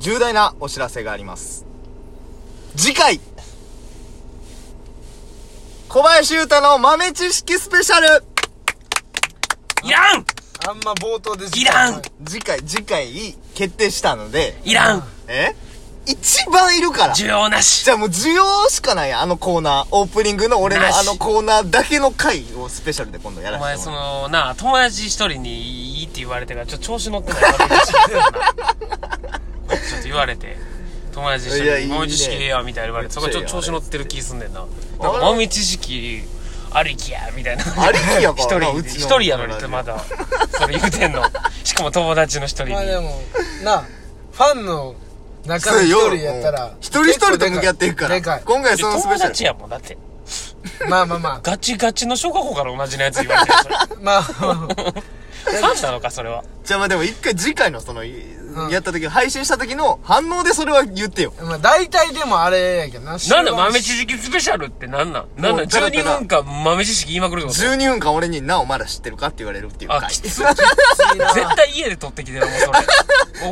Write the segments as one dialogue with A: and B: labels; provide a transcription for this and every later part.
A: 重大なお知らせがあります。次回小林優太の豆知識スペシャル
B: いらん
C: あんま冒頭で
B: いらん
A: 次回、次回決定したので、
B: いらん
A: え一番いるから
B: 需要なし
A: じゃあもう需要しかないやんあのコーナー。オープニングの俺の
B: なし
A: あのコーナーだけの回をスペシャルで今度や
B: お
A: ら
B: 前
A: せて
B: そ
A: もらう。
B: のなあ友達一人にいいって言われてからちょっと調子乗ってない悪口言ってたなちょっと言われて友達一
A: いやいい
B: 人に「
A: ね
B: 豆知識ええや」みたいな言われてそこちょっと調子乗ってる気すんねんななんか豆知識ありきやみたいな
A: ありきやか
B: 一
A: らな
B: 人
A: う
B: で
A: ちの
B: 一人やのにまだそれ言うてんのしかも友達の一人に
C: まあでもなファンの中の一人やったら
A: 一人一人と向き合っていくから。
C: でかい
A: 今回そのスペ
B: 友
A: シャル。
B: 達やもんだって
C: まあまあま
B: ガチガチの小学校から同じのやつ言 われてるそれ
C: あまあまあまあ
B: ファンなのかそれは
A: じゃあまあでも一回次回のその、
C: ん
A: やった時、配信した時の反応でそれは言ってよ。
C: まあ大体でもあれやけど な
B: なんだ豆知識スペシャルってなんなんなん
A: も
B: だ
A: うただただ
B: 12分間豆知識言いまくるってこと
A: 12分間俺になおまだ知ってるかって言われるっていう
B: あ
A: 回。
B: きつ
C: 識
B: 絶対家で撮ってきてるもうそれもう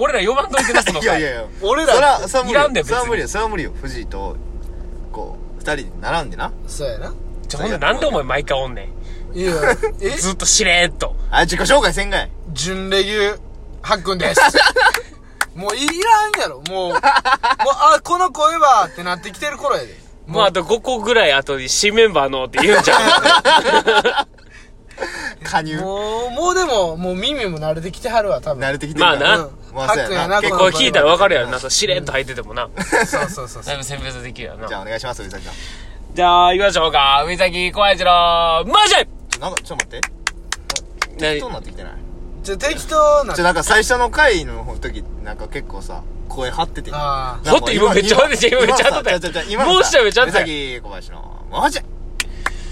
B: 俺ら呼ばんといてなその
A: いやい
B: 回
A: やいや。
C: 俺
A: そ
C: ら
A: ら、そら無
B: いらん
A: 理
B: だ
A: よ。
B: よ
A: そら無理よ。そら無理よ。藤井と、こう、二人で並んでな。
C: そうやな
B: ちょほんでなんでお前毎回おんねん
C: いやえ
B: ずっとしれーっと
A: あ、自己紹介せんかい。
C: 純レギュハックンですもういらんやろもうもうあこの声はってなってきてる頃やで
B: もうあと5個ぐらい後に新メンバーのって言うんじゃん
A: 加入。
C: もうもうでももう耳も慣れてきてはるわ多分
A: 慣れてきてるから。
B: まあな
C: うん
A: まあそうやな
C: ハックンやな
A: 結構
B: これ聞いたらわかるやろなそうしれーっと入ってて もな
C: そうそうそうそ
B: だ
C: う
B: いぶ選別できるやろ
A: じゃ
B: な
A: あお願いします、藤崎さん。
B: じゃあ行きましょうか上崎小一郎マジ
A: ちょなんか、ちょっと待って。
B: 何
A: どうなってきてない
C: ちょ適当な
A: ちょ、なんか最初の回の時、なんか結構さ、声張ってて。
C: あー
A: なん
B: 張っ
A: か
B: て今めっちゃ張ってた今めっちゃ張ってた
A: 今さちょちょちょ今のさ
B: もうしためっちゃ張ってた
A: 目先小林の、マジ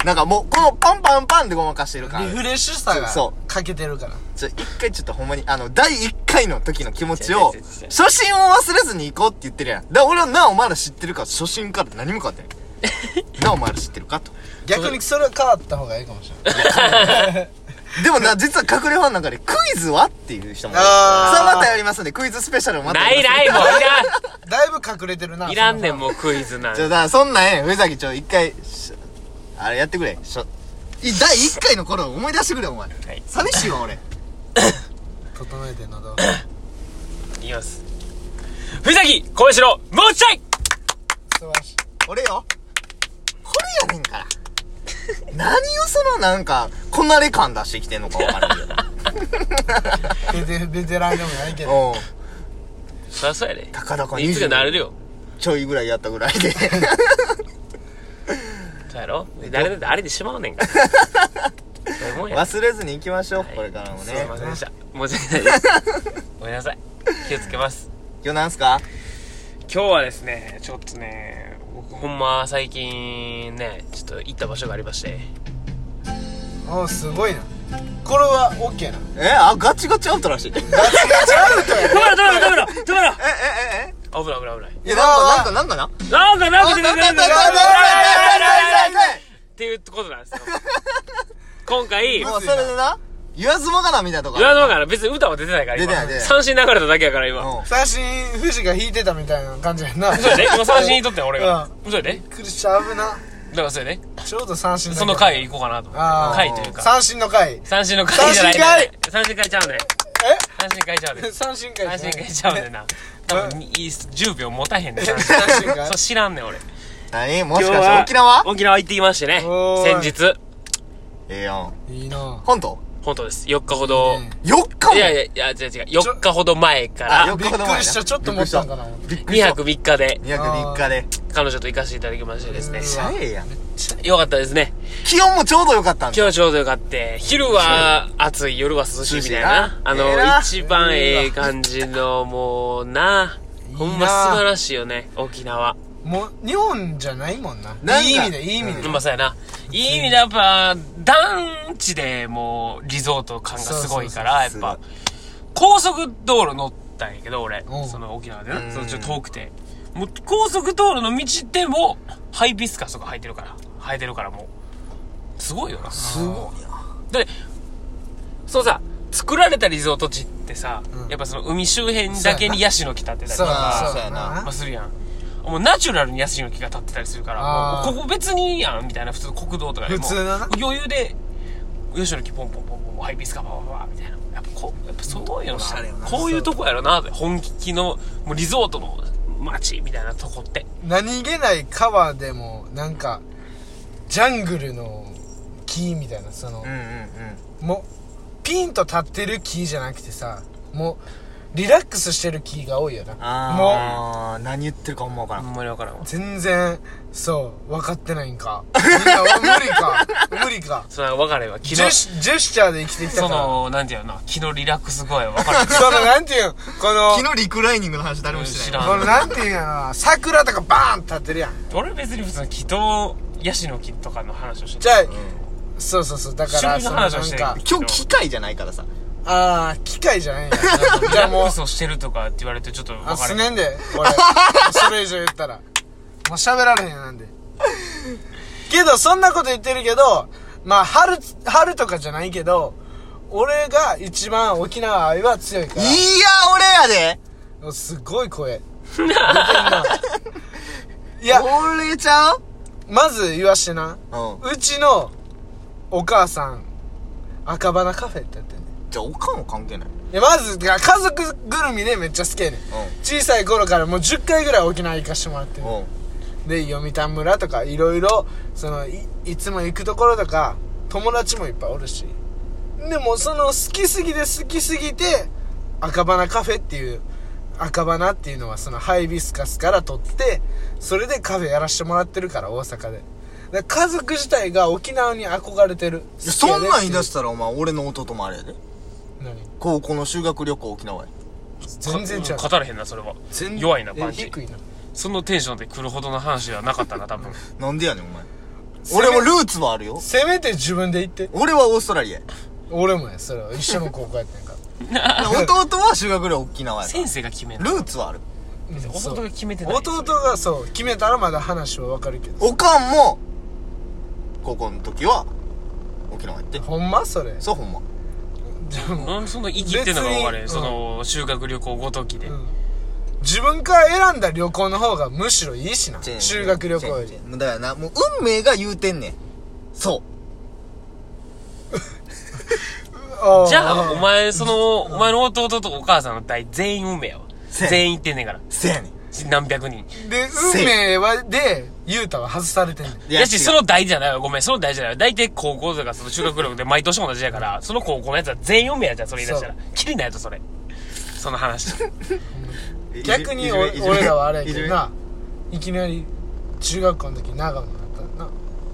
A: なんかもう、このパンパンパンでごまかしてるから
C: リ。フレッシュさが
A: そ
C: 欠けてるから
A: ちょ、一回ちょっとほんまに、あの、第一回の時の気持ちを
B: 違う違う違う、
A: 初心を忘れずに行こうって言ってるやん。だから俺はな、お前ら知ってるか、初心から何も変わって ない。な、お前ら知ってるかと。
C: 逆にそれは変わった方がいいかもしれない
A: でも な、実は隠れファンの中でクイズはっていう人もいる。
C: あー
A: さあまたやりますんで、クイズスペシャルをまたや
B: な
A: りま
B: い
A: す
B: ないもういらん
C: だいぶ隠れて るない
B: らんねん
C: も
B: もうクイズなん
A: ちょ、だからそんなんええねん上崎ちょ、一回、しあれやってくれ。しょ、い第一回の頃を思い出してくれ、お前。
B: い
A: 寂しいわ、俺。
C: 整えてんのどう
B: いきます藤崎小林郎もうちょい
C: 素晴らしい
A: 俺よ。これやねんから。何をそのなんか、こなれ感出してきてんのかわからん
C: ベテベテランでもないけ
A: け
C: ど
A: ど。うん。
B: そりゃそうやで
A: たかだか
B: いつかなれる
A: よ。
B: よ
A: ちょいぐらいやったぐらいで。
B: そうやろ誰だってあれでしまうねんからそう いうもんや
A: 忘れずに行きましょう、これからも
B: すい
A: ね。
B: ませんで した申し訳ないですごめんなさい気をつけます
A: 今日なんすか
B: 今日はですねちょっとね僕ほんま最近ねちょっと行った場所がありまして
C: おすごいなこれは OK な
A: え、あ、ガチガチアウトらしい。え、
B: 止めろ止めろ止めろ止めろ
A: え、え、
B: 危ない危ない危ない
A: え。いや、なんか、なんか、なんかな。
B: なんかなんか出てくるなんか出
A: あなんかな
B: てくる
A: んかなんかなんかなんか
B: っていうことなんですよ今 回
A: もうそれでな、言わずもがなみたいなとこある
B: 言わんのから別に歌は出てないから
A: 出てない出て
B: 今
A: ない
B: 三振流れただけやから今
A: うん
C: 三振藤が弾いてたみたいな感じやんな
B: そう やで今三振にとってん俺がそうやで
C: 苦しゃぶな
B: だからそうやで
C: ちょうど三振
B: その回行こうかなと思
C: あ
B: って
C: ー
B: 回というか
C: 三振の回
B: 三振の回じゃないんだよね三振回ちゃうね三振回ちゃう ね
C: え三振回
B: 三振回ちゃうねんな多分に10秒持たへんねん三振
C: 三振回
B: そう知らんねん俺
A: 何もしかして沖縄
B: 沖縄行ってきましてね
C: おー
B: 先
C: い
B: 日
A: ええやん。
C: いいな
A: 本当
B: 本当です4日ほど
C: いいね
A: ?4 日も
B: いやいやいや違う違う4日ほど前から
A: あ
C: びっくりしたちょっと持ったんかな
A: びっくり
B: 2
A: した。
B: 泊3日で
A: 2 0 3日で。
B: 彼女と行かせていただきましてですね
C: う
A: めっちゃええやん。
B: よかったですね
A: 気温もちょうどよかったんだ。
B: 今日ちょうどよかって、昼は暑い、夜は涼しいみたいな。あ
A: 涼しいなええ
B: の、
A: な
B: 一番ええ感じの、もう、な、ほんま素晴らしいよね、沖縄。
C: もう日本じゃないもんな
A: なんか
C: いい意味でいい意味で
B: ほんまそうやな。いい意味でやっぱ、団地でもう、リゾート感がすごいから、やっ
A: そうそうそう
B: ぱ、高速道路乗ったんやけど、俺
C: おう、
B: その沖縄で
A: う
B: な、
A: ん
B: そのちょっと遠くて。もう、高速道路の道でも、ハイビスカスとか生えてるから、生えてるからもう、すごいよな。
A: すごいな。
B: でそのさ作られたリゾート地っってさ、
C: うん
B: やっぱその海周辺だけにヤシの木立ってたりと
C: そうやな
A: あー
B: か
A: そうやな
B: まあするやんもうナチュラルにヤシの木が立ってたりするから
C: あー
B: もうここ別にいいやんみたいな普通の国道とかでも
C: 普通のな
B: 余裕でヤシの木ポンポンポンポンハイビスカバーバーみたいなやっぱこうやっぱすごいよ
C: おしゃれよ
B: な
C: な
B: こういうとこやろな本気のもうリゾートの街みたいなとこって
C: 何気ない川でもなんかジャングルの木みたいなそ
A: う
C: の、
A: んうん
C: もうピンと立ってる木じゃなくてさもうリラックスしてる木が多いよなもう
A: ああ何言ってるか思うか
B: あ
A: ら
B: ん
A: ん
B: まりわからんわ
C: 全然そう分かってない んかみんな無理か無理か
B: それは分かれば気
C: ジ
B: の
C: ェスジェスチャーで生きてきた
B: そ
C: か
B: のなんていうの気のリラックス具合は分かる
C: らそのなんていうんこの
A: 昨日リクライニングの話誰もして
B: 知
A: ない
B: ら
C: この
B: ん
C: なんていうんやろな桜とかバーン立ってるやん
B: 俺別に普通の木とヤシの木とかの話をして
C: じゃあ、そうそうそうだから
B: 趣味の話をして
C: そのなんか
A: 今日機械じゃないからさ
C: ああ機械じゃないんや
B: じ
C: じ
B: ゃあ
C: ゃあ
B: も
C: も
B: う
C: う
B: 嘘してるとかって言われてちょっと分か
C: あす
B: れ
C: ね
B: へん
C: んで 俺それ以上言ったらもう喋られへんよなんでけどそんなこと言ってるけどまあ春春とかじゃないけど俺が一番沖縄愛は強いか
A: い
C: ら
A: や俺やです
C: ごい声出てんないや
A: 俺ちゃう
C: まず言わしてな
A: うん
C: うちのお母さん赤花カフェってやってんねん
A: じゃあおかんは関係ない
C: いやまずてか家族ぐるみでめっちゃ好きやねん
A: う
C: 小さい頃からもう10回ぐらい沖縄行かしてもらってる
A: んうん
C: で読谷村とかいろいろそのいいつも行くところとか友達もいっぱいおるしでもその好きすぎで好きすぎて赤花カフェっていう赤花っていうのはそのハイビスカスから取ってそれでカフェやらしてもらってるから大阪でで家族自体が沖縄に憧れてる
A: いやそんなん言い出したたらお前俺の弟もあれやで
C: 何
A: 高校の修学旅行沖縄や
C: 全然違う
B: か語れへんなそれは
C: 全
B: 弱いな
C: え
B: パンチ
C: 低いな
B: そのテンションで来るほどの話ではなかったな多分
A: なんでやねんお前
C: せめ
A: 俺もルーツはあるよ
C: せめて自分で行って
A: 俺はオーストラリア や
C: 俺もやそれは一緒の高校 やってんから
A: 弟は修学旅行沖縄やから
B: 先生が決める
A: ルーツはある
B: 別に
C: そう
B: 弟が決めてない
C: 弟がそう決めたらまだ話は分かるけど
A: おかんも高校の時は沖縄行って
C: ほんまそれ
A: そうほんま
C: でも
B: なんでそんな生きってんのが分かれへん
C: 別
B: そ
C: に
B: の修学旅行ごときで、
C: うん自分から選んだ旅行の方がむしろいいしな
A: チェーン
C: 修学旅行よ
A: チ
C: り
A: ェーンチェーンだからなもう運命が言うてんねんそ
C: あー
B: じゃあお前そのお前の弟とお母さんの代全員運命やわ
A: せや
B: 全員行ってんねんから
A: うせやねん
B: 何百人
C: で運命はで雄太は外されてんねん
A: い
B: やし、そ
A: 違う
B: の代じゃないわ。ごめん、その代じゃないわ。大体高校とか、その修学旅行で毎年同じやから、その高校のやつは全員4名やじゃん、それ言い出したら。きりないと、それ。その話。
C: 逆にお
A: いじめ
C: 俺らはあれや
A: いじ
C: け
A: め
C: どないきなり中学校の時長野になったらな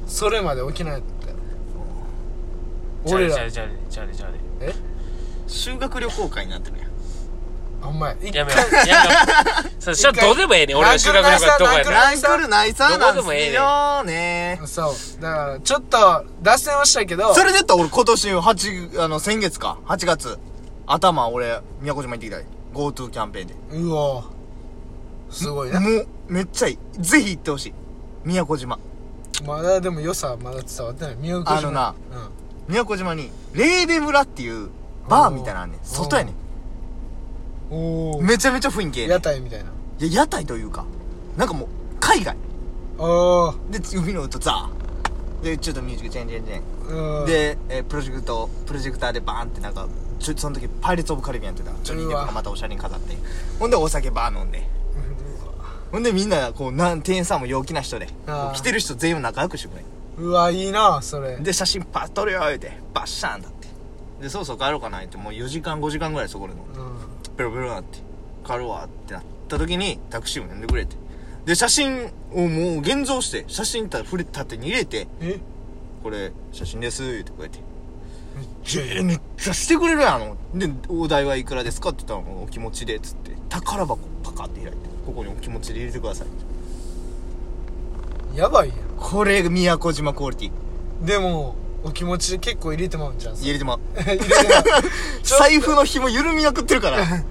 C: それまで沖縄やったよ俺
B: ちゃ
C: ら
B: うちゃうちゃうちゃうちゃう
C: え
A: 修学旅行会になってるやん
C: あんまや一
B: や
C: 回
B: めよう。やめよう。それ、どうでもええねん。俺の修学旅行はどこやから。
A: ナイサルナイサーなんす
B: どこでもええ
A: よね
C: そうだからちょっと脱線はしたけど
A: それで言ったら俺今年8あの先月か8月頭俺宮古島行ってきたい GoTo キャンペーンで
C: うおすごいな
A: もうめっちゃいいぜひ行ってほしい宮古島
C: まだでも良さはまだ伝わってない見送り
A: あのな
C: うん
A: 宮古島にレーベ村っていうバーみたいなのあんねん
C: おー
A: 外やね
C: おお
A: んめちゃめちゃ雰囲気ええねん
C: 屋台みたいない
A: や屋台というかなんかもう海外
C: お
A: で海の音ザーでちょっとミュージックチェンジェンジェン
C: お
A: で、えープロジェクトプロジェクターでバーンってなんかちょその時パイレーツ・オブ・カリビアンってたジョニー・デップがまたおしゃれに飾ってほんでお酒バー飲んでほんでみんなこうなん店員さんも陽気な人で
C: あー
A: 来てる人全員仲良くしてくれ
C: うわいいなそれ
A: で写真パッと撮るよ言うてバッシャーンだってでそろそろ帰ろうかな言ってもう4時間5時間ぐらいそこで飲んで
C: うん
A: ペロペロなって帰ろうわってなった時にタクシーを呼んでくれてで写真をもう現像して写真た触れたってに入れて
C: え
A: これ写真です言うてこうやって
C: めっ
A: じゃえめっちゃしてくれるやんでお題はいくらですかって言ったらお気持ちでっつって宝箱パカって開いてここにお気持ちで入れてください
C: やばいや
A: これ宮古島クオリティ
C: んでもお気持ちで結構入れてまうんじゃん
A: 入れてまう
C: 入れてま
A: 財布の紐緩みなくってるから入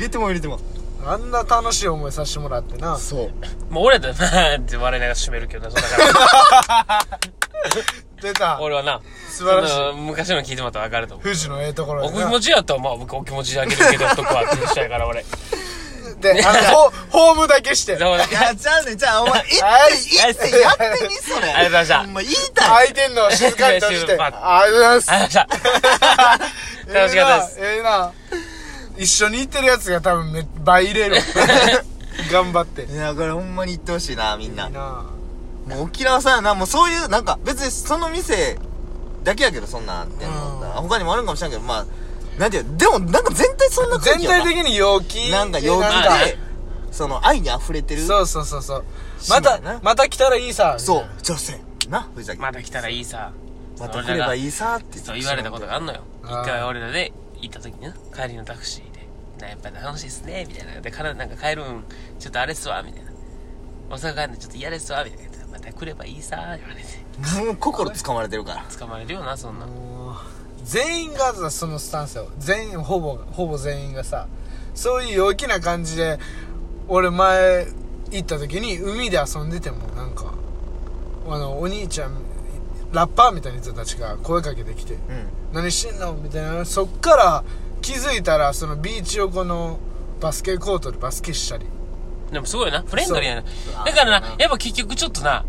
A: れても入れても
C: うあんな楽しい思いさせてもらってな
A: そう
B: もう俺だったら、なーって笑いながら締めるけどな、そうだから。
C: 出た
B: 俺はな、
C: 素晴らしい
B: その昔の聞いてもらったら分かると思う。
C: 富士のええところ
B: お
C: や
B: 気
C: な
B: 持ちやったら、まあ僕お気持ちであげるけど、とかは、したいから俺。
C: であの ホホームだけして
B: じゃあ俺
A: いや、じゃあね、じゃあ、お前、
C: はい
A: 一点、一点やってみ、それ。
B: ありがとうございました
A: ほんま、言いたい。
C: 開いてんのを静かに閉じ て
B: 静かに
C: ありがとうござい
B: ありが
C: ま
B: とうござい
C: す
B: ました。楽しかったです。
C: ええなええな一緒に行ってるやつが多分め倍入 れる頑張ってい。
A: いや、これほんまに言ってほしいな、みんない
C: な
A: もう沖縄さんやな、もうそういう、なんか、別にその店だけやけど、そんなんあってんの
C: うん
A: 他にもあるんかもしれんけど、まあ、なんていう、でもなんか全体そんな感
C: 全
A: じやな
C: 体的に陽気
A: なんか陽気
C: なんか
A: で、その愛に溢れてる。
C: そうそうそうそう
A: 島
C: ま
A: や
C: た
A: な
C: また来たらいいさ
A: そう、女性。な、藤崎。
B: また来たらいいさ。
A: また来ればい
B: い。
A: いさって
B: そう言われたことがあんのよ。
C: あー
B: 一回俺らで行った時にな、帰りのタクシーで、なやっぱ楽しいっすね、みたいな。で、からなんか帰るん、ちょっとあれっすわ、みたいな。大阪帰るのちょっと嫌ですわ、みたいな言ったら。また来ればいいさ、言われて。
A: もう心掴まれてるから。
B: 捕まれるよな、そんな。
C: もう全員がそのスタンスよ全員ほぼほぼ全員がさそういう陽気な感じで俺前行った時に海で遊んでてもなんかあのお兄ちゃんラッパーみたいな人たちが声かけてきて
A: うん。
C: 「何してんの?」みたいなそっから気づいたらそのビーチ横のバスケコートでバスケしたり
B: でもすごいな、フレンドリーや
A: そう
B: な。だから
A: あ
B: な
A: ー、
B: やっぱ結局ちょっとな、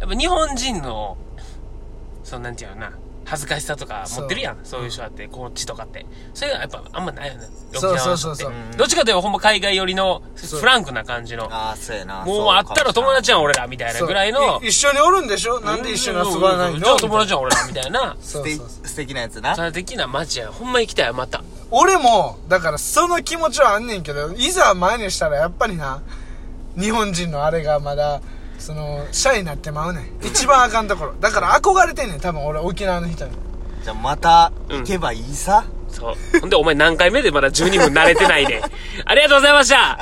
B: やっぱ日本人の、そのなんていうのな、恥ずかしさとか持ってるやん。そういう人だって、こっちとかって。そういうのはやっぱあんまないよね。
C: そう
B: 沖縄
C: そ
B: の人
C: うそ
B: っ
C: う
B: て
C: そう
B: どっちかというとほんま海外寄りの
C: そう
B: フランクな感じの。
A: ああ、そうやな。
B: もうあったら友達やん俺らみたいな
C: そう
B: ぐらいの
C: い。一緒におるんでしょなんで一緒に遊ばないの
B: じゃあ友達やん俺らみたいな。
C: そ
A: 素
C: うそう
A: 敵
C: そう
A: 素敵なやつな。
B: それ的なマジやん。ほんま行きたいよ、また。
C: 俺もだからその気持ちはあんねんけどいざ前にしたらやっぱりな日本人のあれがまだそのシャイになってまうねん一番あかんところだから憧れてんねん多分俺沖縄の人に
A: じゃあまた行けばいいさ。
B: そう。ほんでお前何回目でまだ12分慣れてないね。ありがとうございました